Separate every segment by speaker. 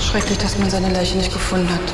Speaker 1: Schrecklich, dass man seine Leiche nicht gefunden hat.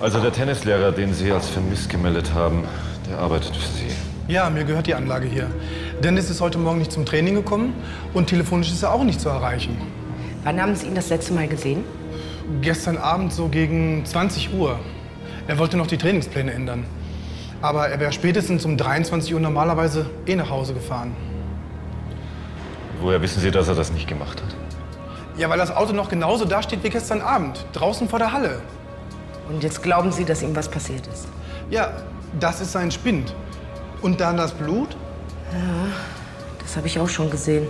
Speaker 2: Also der Tennislehrer, den Sie als vermisst gemeldet haben, der arbeitet für Sie.
Speaker 3: Ja, mir gehört die Anlage hier. Dennis ist heute Morgen nicht zum Training gekommen und telefonisch ist er auch nicht zu erreichen.
Speaker 4: Wann haben Sie ihn das letzte Mal gesehen?
Speaker 3: Gestern Abend so gegen 20 Uhr. Er wollte noch die Trainingspläne ändern. Aber er wäre spätestens um 23 Uhr normalerweise eh nach Hause gefahren.
Speaker 2: Woher wissen Sie, dass er das nicht gemacht hat?
Speaker 3: Ja, weil das Auto noch genauso dasteht wie gestern Abend, draußen vor der Halle.
Speaker 4: Und jetzt glauben Sie, dass ihm was passiert ist?
Speaker 3: Ja, das ist sein Spind. Und dann das Blut?
Speaker 4: Das habe ich auch schon gesehen.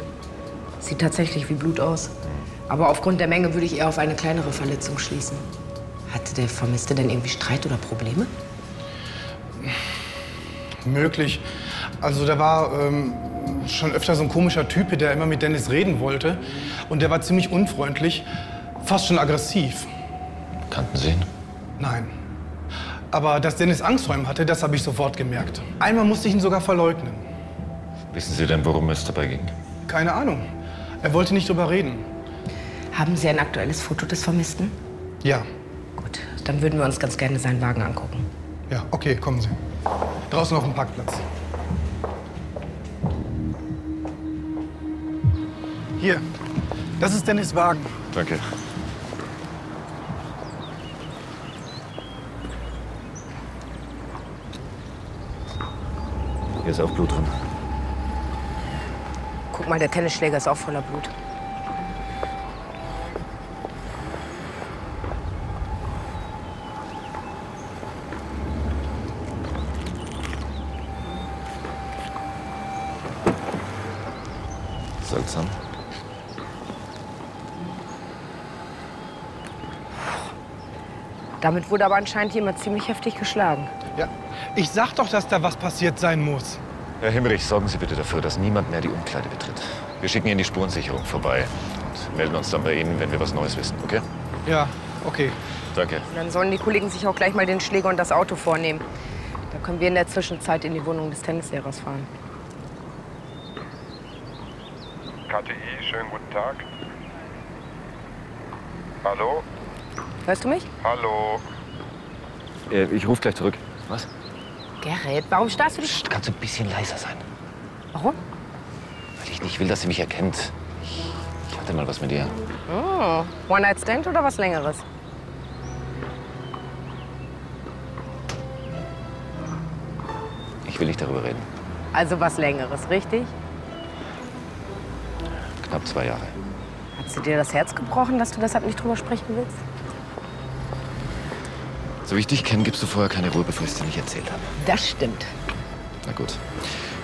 Speaker 4: Sieht tatsächlich wie Blut aus. Aber aufgrund der Menge würde ich eher auf eine kleinere Verletzung schließen. Hatte der Vermisste denn irgendwie Streit oder Probleme?
Speaker 3: Möglich. Also da war ähm, schon öfter so ein komischer Typ, der immer mit Dennis reden wollte. Und der war ziemlich unfreundlich, fast schon aggressiv.
Speaker 2: Kannten Sie ihn?
Speaker 3: Nein. Aber dass Dennis Angst vor ihm hatte, das habe ich sofort gemerkt. Einmal musste ich ihn sogar verleugnen.
Speaker 2: Wissen Sie denn, worum es dabei ging?
Speaker 3: Keine Ahnung. Er wollte nicht drüber reden.
Speaker 4: Haben Sie ein aktuelles Foto des Vermissten?
Speaker 3: Ja,
Speaker 4: Gut, dann würden wir uns ganz gerne seinen Wagen angucken.
Speaker 3: ja, okay, kommen Sie. Draußen auf dem Parkplatz. Hier, das ist Dennis Wagen.
Speaker 2: Danke. Hier ist auch Blut drin.
Speaker 4: Guck mal, der Tennisschläger ist auch voller Blut.
Speaker 2: Seltsam.
Speaker 4: Damit wurde aber anscheinend jemand ziemlich heftig geschlagen.
Speaker 3: Ja, ich sag doch, dass da was passiert sein muss.
Speaker 2: Herr Himmerich, sorgen Sie bitte dafür, dass niemand mehr die Umkleide betritt. Wir schicken Ihnen die Spurensicherung vorbei und melden uns dann bei Ihnen, wenn wir was Neues wissen, okay?
Speaker 3: Ja, okay.
Speaker 2: Danke.
Speaker 4: Und dann sollen die Kollegen sich auch gleich mal den Schläger und das Auto vornehmen. Da können wir in der Zwischenzeit in die Wohnung des Tennislehrers fahren.
Speaker 5: KTI, schönen guten Tag. Hallo?
Speaker 4: Hörst du mich?
Speaker 5: Hallo?
Speaker 2: Äh, Ich rufe gleich zurück. Was?
Speaker 4: Gerrit, warum starrst du dich?
Speaker 2: Kannst du ein bisschen leiser sein?
Speaker 4: Warum?
Speaker 2: Weil ich nicht will, dass sie mich erkennt. Ich- Ich hatte mal was mit ihr.
Speaker 4: Oh, One-Night-Stand oder was Längeres?
Speaker 2: Ich will nicht darüber reden.
Speaker 4: Also was Längeres, richtig?
Speaker 2: Knapp zwei Jahre.
Speaker 4: Hat sie dir das Herz gebrochen, dass du deshalb nicht drüber sprechen willst?
Speaker 2: So wie ich dich kenne, gibst du vorher keine Ruhe, bevor ich es dir nicht erzählt habe.
Speaker 4: Das stimmt.
Speaker 2: Na gut.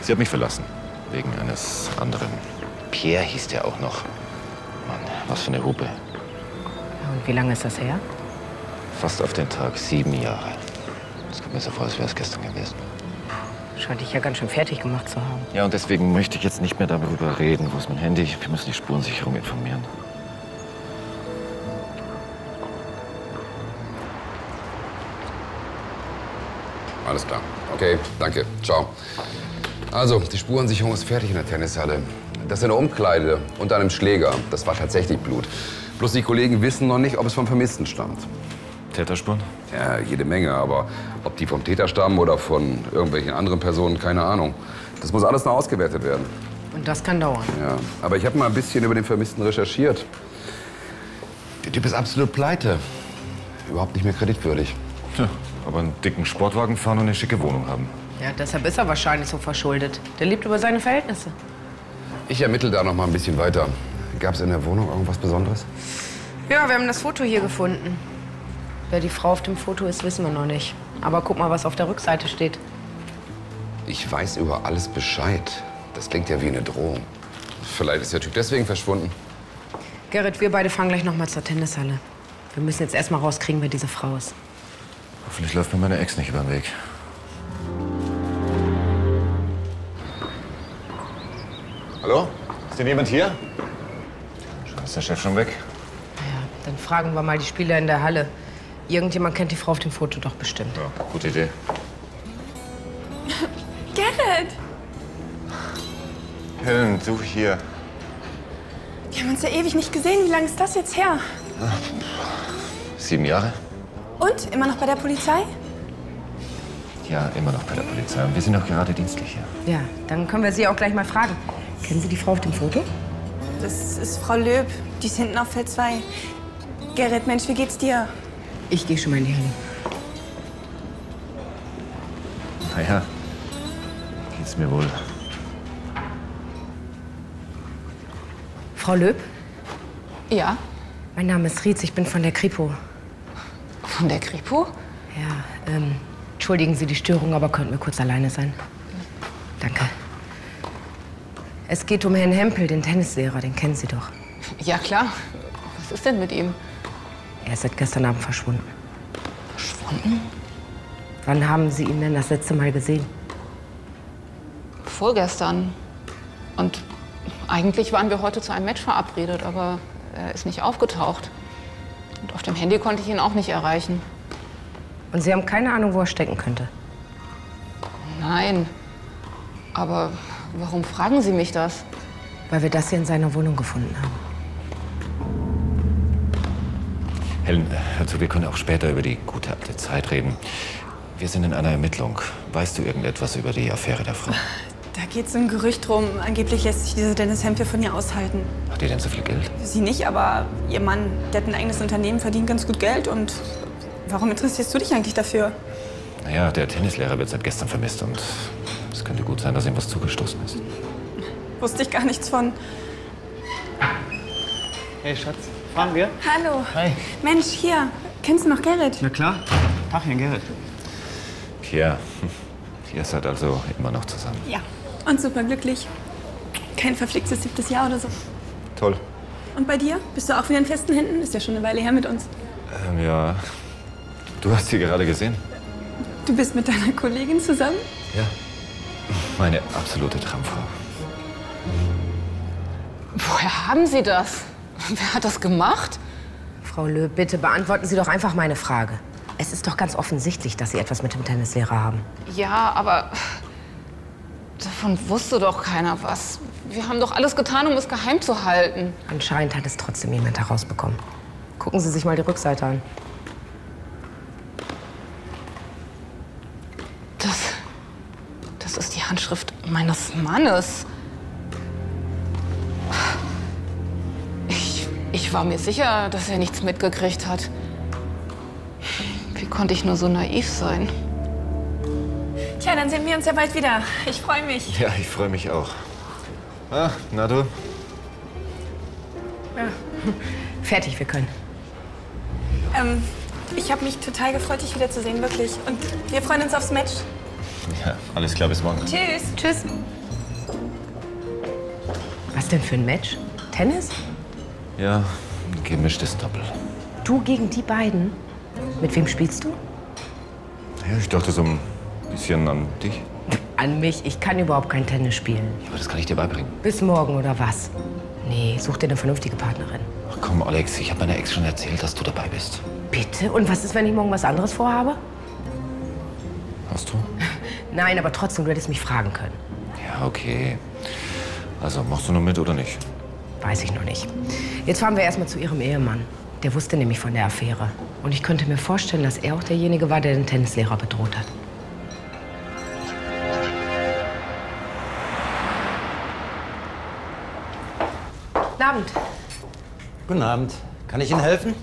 Speaker 2: Sie hat mich verlassen. Wegen eines anderen. Pierre hieß der auch noch. Mann, was für eine Hupe.
Speaker 4: Und wie lange ist das her?
Speaker 2: Fast auf den Tag sieben Jahre. Es kommt mir so vor, als wäre es gestern gewesen.
Speaker 4: Scheint dich ja ganz schön fertig gemacht zu haben.
Speaker 2: Ja, und deswegen möchte ich jetzt nicht mehr darüber reden. Wo ist mein Handy? Wir müssen die Spurensicherung informieren.
Speaker 6: Alles klar. Okay, danke. Ciao. Also, die Spurensicherung ist fertig in der Tennishalle. Das in der Umkleide und einem Schläger, das war tatsächlich Blut. Bloß die Kollegen wissen noch nicht, ob es vom Vermissten stammt.
Speaker 2: Täterspuren?
Speaker 6: Ja, jede Menge, aber ob die vom Täter stammen oder von irgendwelchen anderen Personen, keine Ahnung. Das muss alles noch ausgewertet werden.
Speaker 4: Und das kann dauern.
Speaker 6: Ja, aber ich habe mal ein bisschen über den Vermissten recherchiert. Der Typ ist absolut pleite. Überhaupt nicht mehr kreditwürdig.
Speaker 2: Ja, aber einen dicken Sportwagen fahren und eine schicke Wohnung haben.
Speaker 4: Ja, deshalb ist er wahrscheinlich so verschuldet. Der lebt über seine Verhältnisse.
Speaker 6: Ich ermittle da noch mal ein bisschen weiter. Gab es in der Wohnung irgendwas Besonderes?
Speaker 4: Ja, wir haben das Foto hier gefunden. Wer die Frau auf dem Foto ist, wissen wir noch nicht. Aber guck mal, was auf der Rückseite steht.
Speaker 6: Ich weiß über alles Bescheid. Das klingt ja wie eine Drohung. Vielleicht ist der Typ deswegen verschwunden.
Speaker 4: Gerrit, wir beide fahren gleich noch mal zur Tennishalle. Wir müssen jetzt erst mal rauskriegen, wer diese Frau ist.
Speaker 2: Hoffentlich läuft mir meine Ex nicht über den Weg. Hallo? Ist denn jemand hier? Ist der Chef schon weg?
Speaker 4: Ja, dann fragen wir mal die Spieler in der Halle. Irgendjemand kennt die Frau auf dem Foto doch bestimmt.
Speaker 2: Ja, gute Idee.
Speaker 7: Gerrit!
Speaker 2: Helen, du hier.
Speaker 7: Wir haben uns ja ewig nicht gesehen. Wie lange ist das jetzt her?
Speaker 2: Sieben Jahre?
Speaker 7: Und? Immer noch bei der Polizei?
Speaker 2: Ja, immer noch bei der Polizei. Und wir sind doch gerade dienstlich hier.
Speaker 4: Ja, dann können wir sie auch gleich mal fragen. Kennen Sie die Frau auf dem Foto?
Speaker 7: Das ist Frau Löb. Die ist hinten auf Feld 2. Gerrit, Mensch, wie geht's dir?
Speaker 4: Ich gehe schon mal in die Halle.
Speaker 2: Naja, geht's mir wohl.
Speaker 4: Frau Löb,
Speaker 1: Ja,
Speaker 4: mein Name ist Rietz, ich bin von der Kripo.
Speaker 1: von der Kripo?
Speaker 4: Ja, ähm, entschuldigen Sie die Störung, aber könnten wir kurz alleine sein? Danke. Es geht um Herrn Hempel, den Tennislehrer, den kennen Sie doch.
Speaker 1: Ja, klar. Was ist denn mit ihm?
Speaker 4: Er ist seit gestern Abend verschwunden.
Speaker 1: Verschwunden?
Speaker 4: Wann haben Sie ihn denn das letzte Mal gesehen?
Speaker 1: Vorgestern. Und eigentlich waren wir heute zu einem Match verabredet, aber er ist nicht aufgetaucht. Und auf dem Handy konnte ich ihn auch nicht erreichen.
Speaker 4: Und Sie haben keine Ahnung, wo er stecken könnte.
Speaker 1: Nein. Aber warum fragen Sie mich das?
Speaker 4: Weil wir das hier in seiner Wohnung gefunden haben.
Speaker 2: Helen, äh, hör zu, wir können auch später über die gute alte Zeit reden. Wir sind in einer Ermittlung. Weißt du irgendetwas über die Affäre der Frau?
Speaker 7: Da geht's um Gerücht rum. Angeblich lässt sich diese Dennis Hempel von ihr aushalten.
Speaker 2: Hat die denn so viel Geld?
Speaker 7: Sie nicht, aber ihr Mann, der hat ein eigenes Unternehmen, verdient ganz gut Geld. Und warum interessierst du dich eigentlich dafür?
Speaker 2: Naja, der Tennislehrer wird seit gestern vermisst und es könnte gut sein, dass ihm was zugestoßen ist.
Speaker 7: Wusste ich gar nichts von.
Speaker 8: Hey Schatz, fahren wir?
Speaker 7: Hallo.
Speaker 8: Hi.
Speaker 7: Mensch, hier. Kennst du noch Gerrit?
Speaker 8: Na klar. Ach, Herr Gerrit.
Speaker 2: Pierre. hm, Pierre seid also immer noch zusammen.
Speaker 7: Ja. Und super glücklich. Kein verflixtes siebtes Jahr oder so.
Speaker 2: Toll.
Speaker 7: Und bei dir? Bist du auch wieder in festen Händen? Ist ja schon eine Weile her mit uns.
Speaker 2: Ähm, ja. Du hast sie gerade gesehen?
Speaker 7: Du bist mit deiner Kollegin zusammen?
Speaker 2: Ja. Meine absolute Traumfrau.
Speaker 1: Woher haben Sie das? Wer hat das gemacht?
Speaker 4: Frau Löb, bitte beantworten Sie doch einfach meine Frage. Es ist doch ganz offensichtlich, dass Sie etwas mit dem Tennislehrer haben.
Speaker 1: Ja, aber davon wusste doch keiner was. Wir haben doch alles getan, um es geheim zu halten.
Speaker 4: Anscheinend hat es trotzdem jemand herausbekommen. Gucken Sie sich mal die Rückseite an.
Speaker 1: Das, das ist die Handschrift meines Mannes. Ich, ich war mir sicher, dass er nichts mitgekriegt hat. Wie konnte ich nur so naiv sein?
Speaker 7: Tja, dann sehen wir uns ja bald wieder. Ich freue mich.
Speaker 2: Ja, ich freue mich auch. Ah, na du?
Speaker 4: Fertig, wir können.
Speaker 7: Ähm, ich habe mich total gefreut, dich wiederzusehen, wirklich. Und wir freuen uns aufs Match.
Speaker 2: Ja, alles klar, bis morgen.
Speaker 7: Tschüss.
Speaker 4: Tschüss. Was denn für ein Match? Tennis?
Speaker 2: Ja, ein gemischtes Doppel.
Speaker 4: Du gegen die beiden? Mit wem spielst du?
Speaker 2: Ja, ich dachte so ein bisschen an dich.
Speaker 4: An mich. Ich kann überhaupt kein Tennis spielen.
Speaker 2: Ja, aber das kann ich dir beibringen.
Speaker 4: Bis morgen oder was? Nee, such dir eine vernünftige Partnerin.
Speaker 2: Ach komm, Alex, ich habe meiner Ex schon erzählt, dass du dabei bist.
Speaker 4: Bitte? Und was ist, wenn ich morgen was anderes vorhabe?
Speaker 2: Hast du?
Speaker 4: Nein, aber trotzdem, du hättest mich fragen können.
Speaker 2: Ja, okay. Also, machst du nur mit oder nicht?
Speaker 4: Weiß ich noch nicht. Jetzt fahren wir erstmal zu ihrem Ehemann. Der wusste nämlich von der Affäre. Und ich könnte mir vorstellen, dass er auch derjenige war, der den Tennislehrer bedroht hat. Guten Abend.
Speaker 8: Guten Abend. Kann ich Ihnen helfen?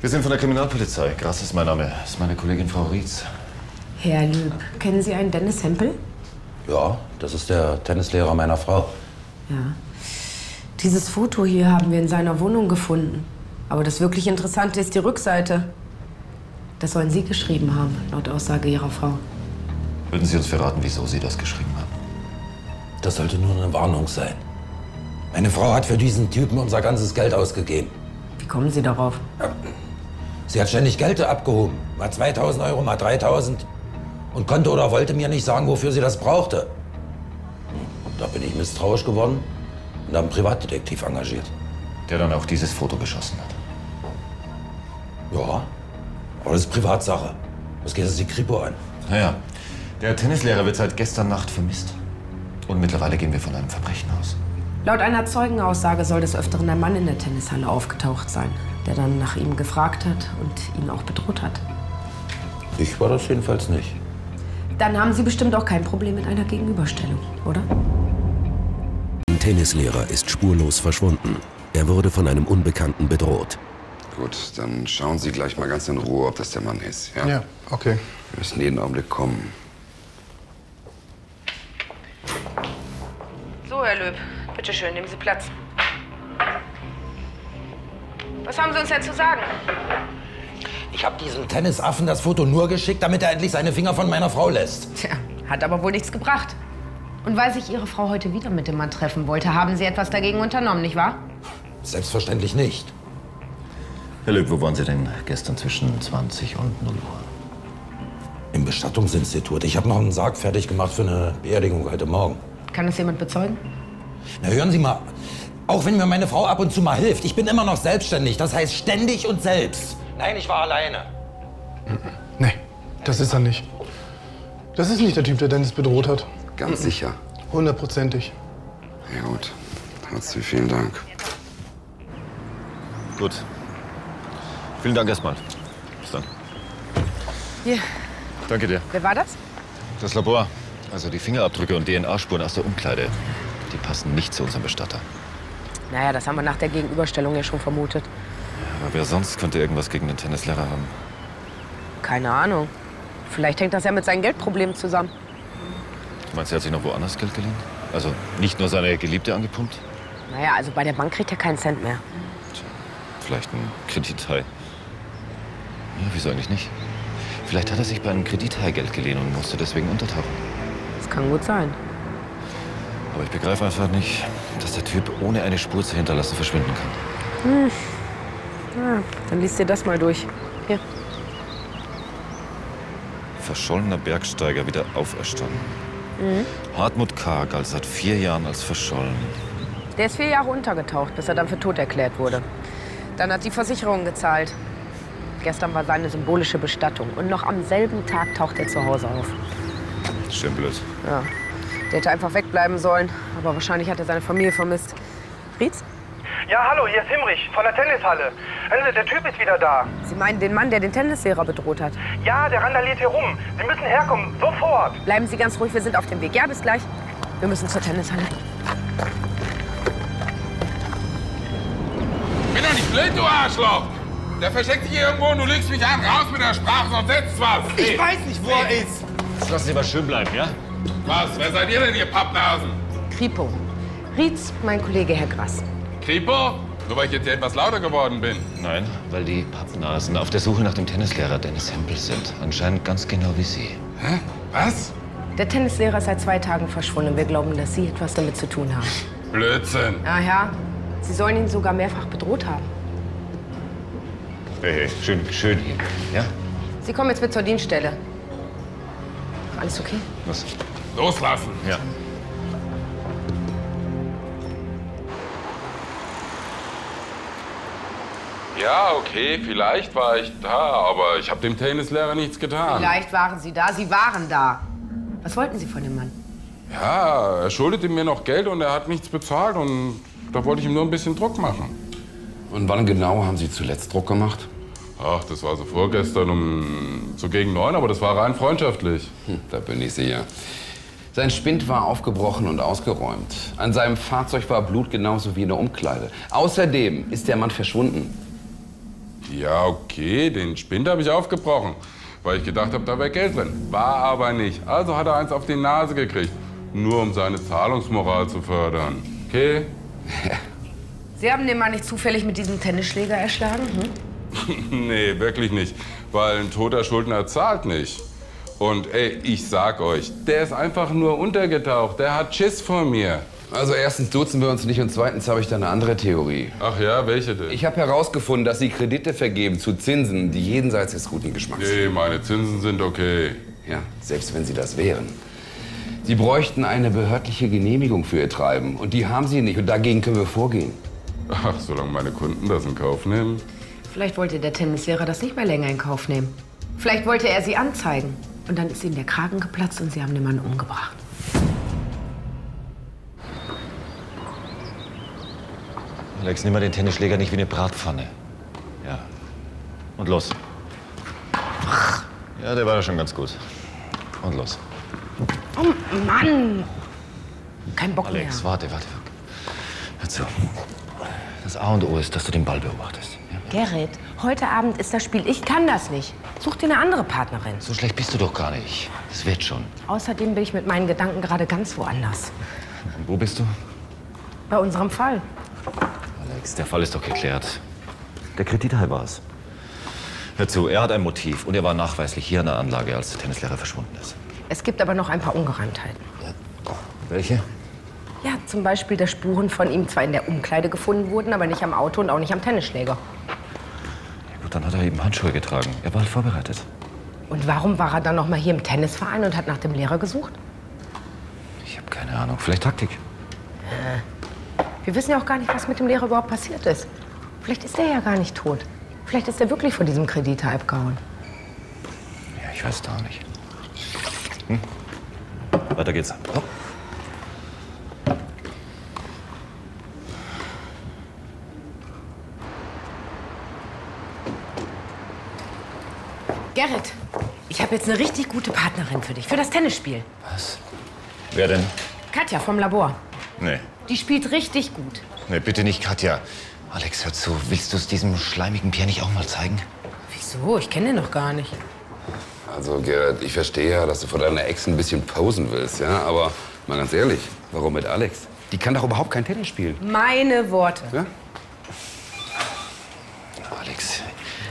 Speaker 2: Wir sind von der Kriminalpolizei. Gras ist mein Name. Das ist meine Kollegin Frau Rietz.
Speaker 4: Herr Lüb, kennen Sie einen Dennis Hempel?
Speaker 9: Ja, das ist der Tennislehrer meiner Frau.
Speaker 4: Ja. Dieses Foto hier haben wir in seiner Wohnung gefunden. Aber das wirklich Interessante ist die Rückseite. Das sollen Sie geschrieben haben, laut Aussage Ihrer Frau.
Speaker 2: Würden Sie uns verraten, wieso Sie das geschrieben haben?
Speaker 9: Das sollte nur eine Warnung sein. Meine Frau hat für diesen Typen unser ganzes Geld ausgegeben.
Speaker 4: Wie kommen Sie darauf?
Speaker 9: Sie hat ständig Geld abgehoben. Mal 2000 Euro, mal 3000. Und konnte oder wollte mir nicht sagen, wofür sie das brauchte. Da bin ich misstrauisch geworden und habe einen Privatdetektiv engagiert.
Speaker 2: Der dann auch dieses Foto geschossen hat.
Speaker 9: Ja, aber das ist Privatsache. Das geht es die Kripo an.
Speaker 2: Naja, der Tennislehrer wird seit gestern Nacht vermisst. Und mittlerweile gehen wir von einem Verbrechen aus.
Speaker 4: Laut einer Zeugenaussage soll des Öfteren ein Mann in der Tennishalle aufgetaucht sein, der dann nach ihm gefragt hat und ihn auch bedroht hat.
Speaker 9: Ich war das jedenfalls nicht.
Speaker 4: Dann haben Sie bestimmt auch kein Problem mit einer Gegenüberstellung, oder?
Speaker 10: Ein Tennislehrer ist spurlos verschwunden. Er wurde von einem Unbekannten bedroht.
Speaker 6: Gut, dann schauen Sie gleich mal ganz in Ruhe, ob das der Mann ist. Ja.
Speaker 3: Ja, okay.
Speaker 6: Wir müssen jeden Augenblick kommen.
Speaker 4: So, Herr Löb, bitte schön, nehmen Sie Platz. Was haben Sie uns denn zu sagen?
Speaker 9: Ich habe diesem Tennisaffen das Foto nur geschickt, damit er endlich seine Finger von meiner Frau lässt.
Speaker 4: Tja, hat aber wohl nichts gebracht. Und weil sich Ihre Frau heute wieder mit dem Mann treffen wollte, haben Sie etwas dagegen unternommen, nicht wahr?
Speaker 9: Selbstverständlich nicht.
Speaker 2: Herr Löb, wo waren Sie denn gestern zwischen 20 und 0 Uhr?
Speaker 9: Im Bestattungsinstitut. Ich habe noch einen Sarg fertig gemacht für eine Beerdigung heute Morgen.
Speaker 4: Kann das jemand bezeugen?
Speaker 9: Na hören Sie mal, auch wenn mir meine Frau ab und zu mal hilft, ich bin immer noch selbstständig. Das heißt ständig und selbst. Nein, ich war alleine.
Speaker 3: Nee, das ist er nicht. Das ist nicht der Typ, der Dennis bedroht hat.
Speaker 6: Ganz sicher.
Speaker 3: Hundertprozentig.
Speaker 6: Ja gut. Trotzdem vielen Dank.
Speaker 2: Gut. Vielen Dank erstmal. Bis dann.
Speaker 4: Hier,
Speaker 2: Danke dir.
Speaker 4: wer war das?
Speaker 2: Das Labor. Also die Fingerabdrücke und DNA-Spuren aus der Umkleide, die passen nicht zu unserem Bestatter.
Speaker 4: Naja, das haben wir nach der Gegenüberstellung ja schon vermutet.
Speaker 2: Aber wer sonst könnte irgendwas gegen den Tennislehrer haben?
Speaker 4: Keine Ahnung. Vielleicht hängt das ja mit seinen Geldproblemen zusammen.
Speaker 2: Du meinst, er hat sich noch woanders Geld geliehen? Also nicht nur seine Geliebte angepumpt?
Speaker 4: Naja, also bei der Bank kriegt er keinen Cent mehr.
Speaker 2: Vielleicht ein Kredithai. Ja, wieso eigentlich nicht? Vielleicht hat er sich bei einem Kredithai Geld geliehen und musste deswegen untertauchen.
Speaker 4: Das kann gut sein.
Speaker 2: Aber ich begreife einfach nicht, dass der Typ ohne eine Spur zu hinterlassen verschwinden kann.
Speaker 4: Ja, dann liest dir das mal durch. Hier.
Speaker 2: Verschollener Bergsteiger wieder auferstanden. Hartmut K. galt seit vier Jahren als verschollen.
Speaker 4: Der ist vier Jahre untergetaucht, bis er dann für tot erklärt wurde. Dann hat die Versicherung gezahlt. Gestern war seine symbolische Bestattung. Und noch am selben Tag taucht er zu Hause auf.
Speaker 2: Schön blöd.
Speaker 4: Ja. Der hätte einfach wegbleiben sollen, aber wahrscheinlich hat er seine Familie vermisst. Fritz,
Speaker 11: Ja, hallo, hier ist Himrich von der Tennishalle. Hören Sie, der Typ ist wieder da.
Speaker 4: Sie meinen den Mann, der den Tennislehrer bedroht hat.
Speaker 11: Ja, der randaliert hier rum. Sie müssen herkommen, sofort.
Speaker 4: Bleiben Sie ganz ruhig, wir sind auf dem Weg. Ja, bis gleich. Wir müssen zur Tennishalle.
Speaker 5: Bin doch nicht blöd, du Arschloch! Der versteckt sich hier irgendwo und du lügst mich an. Raus mit der Sprache, sonst setzt was! Ich weiß nicht, wo er ist.
Speaker 2: Jetzt lassen Sie mal schön bleiben, ja?
Speaker 5: Was? Wer seid ihr denn, ihr Pappnasen?
Speaker 4: Kripo. Rietz, mein Kollege Herr Grass.
Speaker 5: Kripo? Nur weil ich jetzt hier etwas lauter geworden bin.
Speaker 2: Nein, weil die Pappnasen auf der Suche nach dem Tennislehrer Dennis Hempel sind. Anscheinend ganz genau wie Sie.
Speaker 5: Hä? Was?
Speaker 4: Der Tennislehrer ist seit zwei Tagen verschwunden. Wir glauben, dass Sie etwas damit zu tun haben. Ah
Speaker 5: Blödsinn.
Speaker 4: Ja, Herr, Sie sollen ihn sogar mehrfach bedroht haben.
Speaker 2: Hey, hey, schön, schön hier. Ja?
Speaker 4: Sie kommen jetzt mit zur Dienststelle. Alles okay?
Speaker 2: Was?
Speaker 5: Loslassen.
Speaker 2: Ja.
Speaker 5: Ja, okay, vielleicht war ich da, aber ich habe dem Tennislehrer nichts getan.
Speaker 4: Vielleicht waren Sie da. Sie waren da. Was wollten Sie von dem Mann?
Speaker 5: Ja, er schuldete mir noch Geld und er hat nichts bezahlt und da wollte ich ihm nur ein bisschen Druck machen.
Speaker 6: Und wann genau haben Sie zuletzt Druck gemacht?
Speaker 5: Ach, das war so vorgestern um so gegen neun, aber das war rein freundschaftlich.
Speaker 6: Hm, da bin ich sicher. Sein Spind war aufgebrochen und ausgeräumt. An seinem Fahrzeug war Blut genauso wie in der Umkleide. Außerdem ist der Mann verschwunden.
Speaker 5: Ja, okay, den Spind habe ich aufgebrochen. weil ich gedacht habe, da wäre Geld drin. War aber nicht. Also hat er eins auf die Nase gekriegt. Nur um seine Zahlungsmoral zu fördern. Okay?
Speaker 4: Sie haben den Mann nicht zufällig mit diesem Tennisschläger erschlagen? Hm?
Speaker 5: nee, wirklich nicht. Weil ein toter Schuldner zahlt nicht. Und ey, ich sag euch, der ist einfach nur untergetaucht. Der hat Schiss vor mir.
Speaker 6: Also erstens duzen wir uns nicht und zweitens habe ich da eine andere Theorie.
Speaker 5: Ach ja, welche denn?
Speaker 6: Ich habe herausgefunden, dass sie Kredite vergeben zu Zinsen, die jenseits des guten Geschmacks
Speaker 5: Nee, meine Zinsen sind okay.
Speaker 6: Ja, selbst wenn sie das wären. Sie bräuchten eine behördliche Genehmigung für ihr Treiben und die haben sie nicht und dagegen können wir vorgehen.
Speaker 5: Ach, solange meine Kunden das in Kauf nehmen.
Speaker 4: Vielleicht wollte der Tennislehrer das nicht mehr länger in Kauf nehmen. Vielleicht wollte er sie anzeigen. Und dann ist ihnen der Kragen geplatzt und sie haben den Mann umgebracht.
Speaker 2: Alex, nimm mal den Tennisschläger nicht wie eine Bratpfanne. Ja. Und los. Ja, der war da schon ganz gut. Und los.
Speaker 4: Oh Mann! Kein Bock mehr.
Speaker 2: Alex, warte, warte. Hör zu. Das A und O ist, dass du den Ball beobachtest.
Speaker 4: Gerrit, heute Abend ist das Spiel. Ich kann das nicht. Such dir eine andere Partnerin.
Speaker 2: So schlecht bist du doch gar nicht. Es wird schon.
Speaker 4: Außerdem bin ich mit meinen Gedanken gerade ganz woanders.
Speaker 2: Und wo bist du?
Speaker 4: Bei unserem Fall.
Speaker 2: Alex, der Fall ist doch geklärt. Der Kredithai war es. Hör zu, er hat ein Motiv und er war nachweislich hier an der Anlage, als der Tennislehrer verschwunden ist.
Speaker 4: Es gibt aber noch ein paar Ungereimtheiten.
Speaker 2: Welche?
Speaker 4: Ja, zum Beispiel, dass Spuren von ihm zwar in der Umkleide gefunden wurden, aber nicht am Auto und auch nicht am Tennisschläger.
Speaker 2: Ja, gut, dann hat er eben Handschuhe getragen. Er war halt vorbereitet.
Speaker 4: Und warum war er dann noch mal hier im Tennisverein und hat nach dem Lehrer gesucht?
Speaker 2: Ich habe keine Ahnung. Vielleicht Taktik.
Speaker 4: Wir wissen ja auch gar nicht, was mit dem Lehrer überhaupt passiert ist. Vielleicht ist er ja gar nicht tot. Vielleicht ist er wirklich von diesem Kredit abgehauen.
Speaker 2: Ja, ich weiß da auch nicht. Hm? Weiter geht's. Hopp.
Speaker 4: Gerrit, ich habe jetzt eine richtig gute Partnerin für dich, für das Tennisspiel.
Speaker 2: Wer denn?
Speaker 4: Katja vom Labor.
Speaker 2: Nee.
Speaker 4: Die spielt richtig gut.
Speaker 2: Nee, bitte nicht, Katja. Alex, hör zu. Willst du es diesem schleimigen Pierre nicht auch mal zeigen?
Speaker 4: Wieso? Ich kenne den noch gar nicht.
Speaker 6: Also Gerhard, ich verstehe ja, dass du vor deiner Ex ein bisschen posen willst, ja, aber mal ganz ehrlich, warum mit Alex? Die kann doch überhaupt kein Tennis spielen.
Speaker 4: Meine Worte.
Speaker 2: Alex,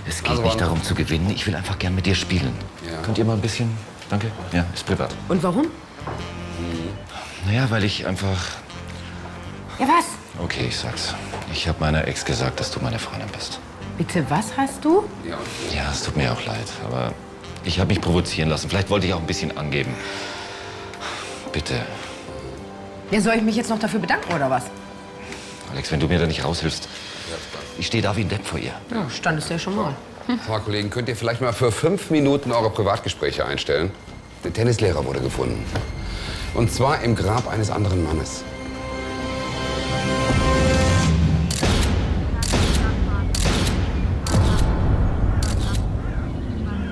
Speaker 2: es geht nicht darum zu gewinnen. Ich will einfach gern mit dir spielen. Könnt ihr mal ein bisschen? Danke. Ja, ist privat.
Speaker 4: Und warum?
Speaker 2: Naja, weil ich einfach...
Speaker 4: Ja, was?
Speaker 2: Okay, ich sag's. Ich habe meiner Ex gesagt, dass du meine Freundin bist.
Speaker 4: Bitte, was hast du?
Speaker 6: Ja.
Speaker 2: Ja, es tut mir auch leid, aber ich habe mich provozieren lassen. Vielleicht wollte ich auch ein bisschen angeben. Bitte,
Speaker 4: Ja, soll ich mich jetzt noch dafür bedanken oder was?
Speaker 2: Alex, wenn du mir da nicht raushilfst. Ich stehe da wie ein Depp vor ihr.
Speaker 4: Ja, standest du ja schon mal.
Speaker 6: Frau Kollegen, könnt ihr vielleicht mal für fünf Minuten eure Privatgespräche einstellen? Der Tennislehrer wurde gefunden. Und zwar im Grab eines anderen Mannes.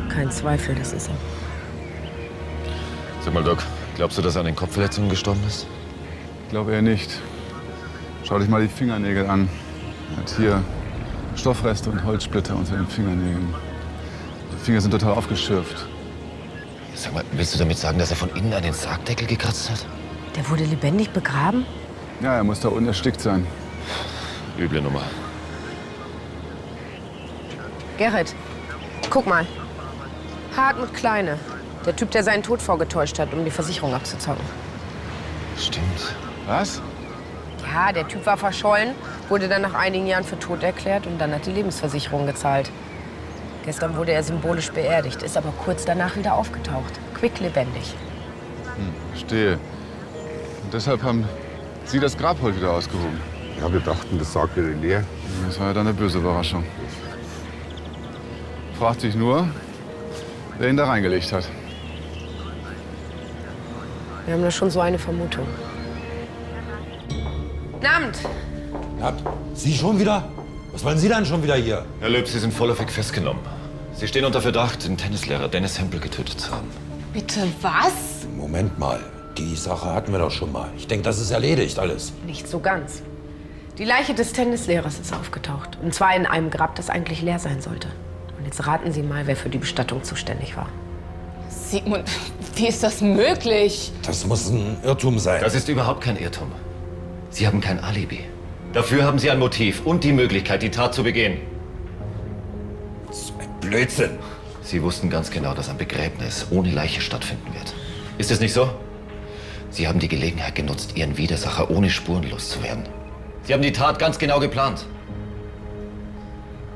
Speaker 4: Kein Zweifel, das ist er.
Speaker 2: Sag mal, Doc, glaubst du, dass er an den Kopfverletzungen gestorben ist?
Speaker 12: Ich glaube eher nicht. Schau dich mal die Fingernägel an. Er hat hier Stoffreste und Holzsplitter unter den Fingernägeln. Die Finger sind total aufgeschürft.
Speaker 2: Sag mal, willst du damit sagen, dass er von innen an den Sargdeckel gekratzt hat?
Speaker 4: Der wurde lebendig begraben?
Speaker 12: Ja, er muss da unten erstickt sein.
Speaker 2: Üble Nummer.
Speaker 4: Gerrit, guck mal. Hartmut Kleine. Der Typ, der seinen Tod vorgetäuscht hat, um die Versicherung abzuzocken.
Speaker 2: Stimmt.
Speaker 12: Was?
Speaker 4: Ja, der Typ war verschollen, wurde dann nach einigen Jahren für tot erklärt und dann hat die Lebensversicherung gezahlt. Gestern wurde er symbolisch beerdigt, ist aber kurz danach wieder aufgetaucht. Quicklebendig.
Speaker 12: Hm, verstehe. Und deshalb haben Sie das Grab heute wieder ausgehoben. Ja, wir dachten, das sagte der Lehr. Das war ja dann eine böse Überraschung. Fragt sich nur, wer ihn da reingelegt hat.
Speaker 4: Wir haben da schon so eine Vermutung. Namend!
Speaker 9: Sie schon wieder? Was wollen Sie denn schon wieder hier?
Speaker 2: Herr Löb, Sie sind vorläufig festgenommen. Sie stehen unter Verdacht, den Tennislehrer Dennis Hempel getötet zu haben.
Speaker 1: Bitte was?
Speaker 9: Moment mal, die Sache hatten wir doch schon mal. Ich denke, das ist erledigt alles.
Speaker 4: Nicht so ganz. Die Leiche des Tennislehrers ist aufgetaucht. Und zwar in einem Grab, das eigentlich leer sein sollte. Und jetzt raten Sie mal, wer für die Bestattung zuständig war.
Speaker 1: Sigmund, wie ist das möglich?
Speaker 9: Das muss ein Irrtum sein.
Speaker 2: Das ist überhaupt kein Irrtum. Sie haben kein Alibi. Dafür haben Sie ein Motiv und die Möglichkeit, die Tat zu begehen. Das ist ein Blödsinn. Sie wussten ganz genau, dass ein Begräbnis ohne Leiche stattfinden wird. Ist es nicht so? Sie haben die Gelegenheit genutzt, Ihren Widersacher ohne Spuren loszuwerden. Sie haben die Tat ganz genau geplant.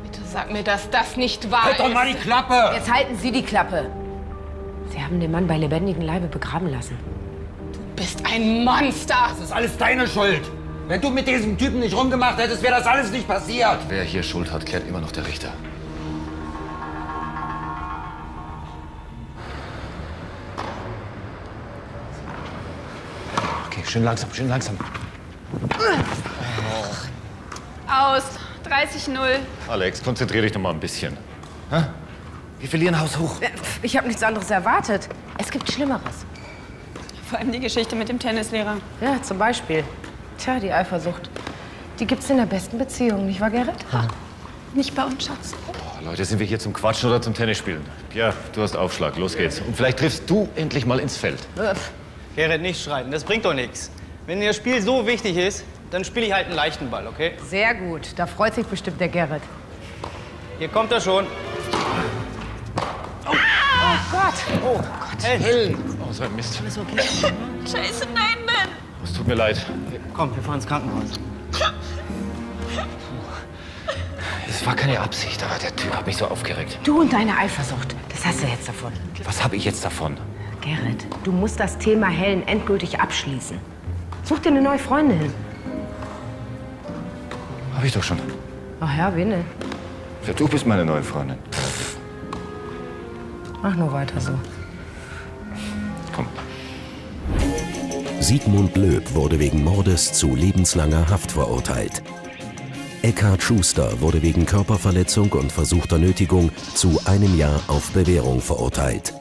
Speaker 1: Bitte sag mir, dass das nicht wahr ist.
Speaker 9: Klappe!
Speaker 4: Jetzt halten Sie die Klappe. Sie haben den Mann bei lebendigem Leibe begraben lassen.
Speaker 1: Du bist ein Monster!
Speaker 9: Das ist alles deine Schuld. Wenn du mit diesem Typen nicht rumgemacht hättest, wäre das alles nicht passiert.
Speaker 2: Wer hier Schuld hat, klärt immer noch der Richter.
Speaker 8: Okay, schön langsam, schön langsam.
Speaker 7: Aus. 30-0.
Speaker 2: Alex, konzentrier dich noch mal ein bisschen. Hä? Wir verlieren Haus hoch.
Speaker 4: Äh, Ich habe nichts anderes erwartet. Es gibt Schlimmeres.
Speaker 7: Vor allem die Geschichte mit dem Tennislehrer.
Speaker 4: Ja, zum Beispiel. Tja, die Eifersucht. Die gibt's in der besten Beziehung, nicht wahr, Gerrit?
Speaker 7: Nicht bei uns, Schatz.
Speaker 2: Leute, sind wir hier zum Quatschen oder zum Tennisspielen? Pierre, du hast Aufschlag. Los geht's. Und vielleicht triffst du endlich mal ins Feld.
Speaker 8: Gerrit, nicht schreiten, das bringt doch nichts. Wenn dir das Spiel so wichtig ist, dann spiele ich halt einen leichten Ball, okay?
Speaker 4: Sehr gut. Da freut sich bestimmt der Gerrit.
Speaker 8: Hier kommt er schon.
Speaker 4: Oh Gott! Oh Gott.
Speaker 2: Helen! Oh, so ein Mist.
Speaker 7: Scheiße, nein, Mann!
Speaker 2: Es tut mir leid.
Speaker 8: Komm, wir fahren ins Krankenhaus.
Speaker 2: Es war keine Absicht, aber der Typ hat mich so aufgeregt.
Speaker 4: Du und deine Eifersucht. Das hast du jetzt davon.
Speaker 2: Was habe ich jetzt davon?
Speaker 4: Gerrit, du musst das Thema Helen endgültig abschließen. Such dir eine neue Freundin.
Speaker 2: Habe ich doch schon.
Speaker 4: Ach ja, wen denn?
Speaker 2: Ja, du bist meine neue Freundin.
Speaker 4: Mach nur weiter so.
Speaker 10: Sigmund Löb wurde wegen Mordes zu lebenslanger Haft verurteilt. Eckhard Schuster wurde wegen Körperverletzung und versuchter Nötigung zu einem Jahr auf Bewährung verurteilt.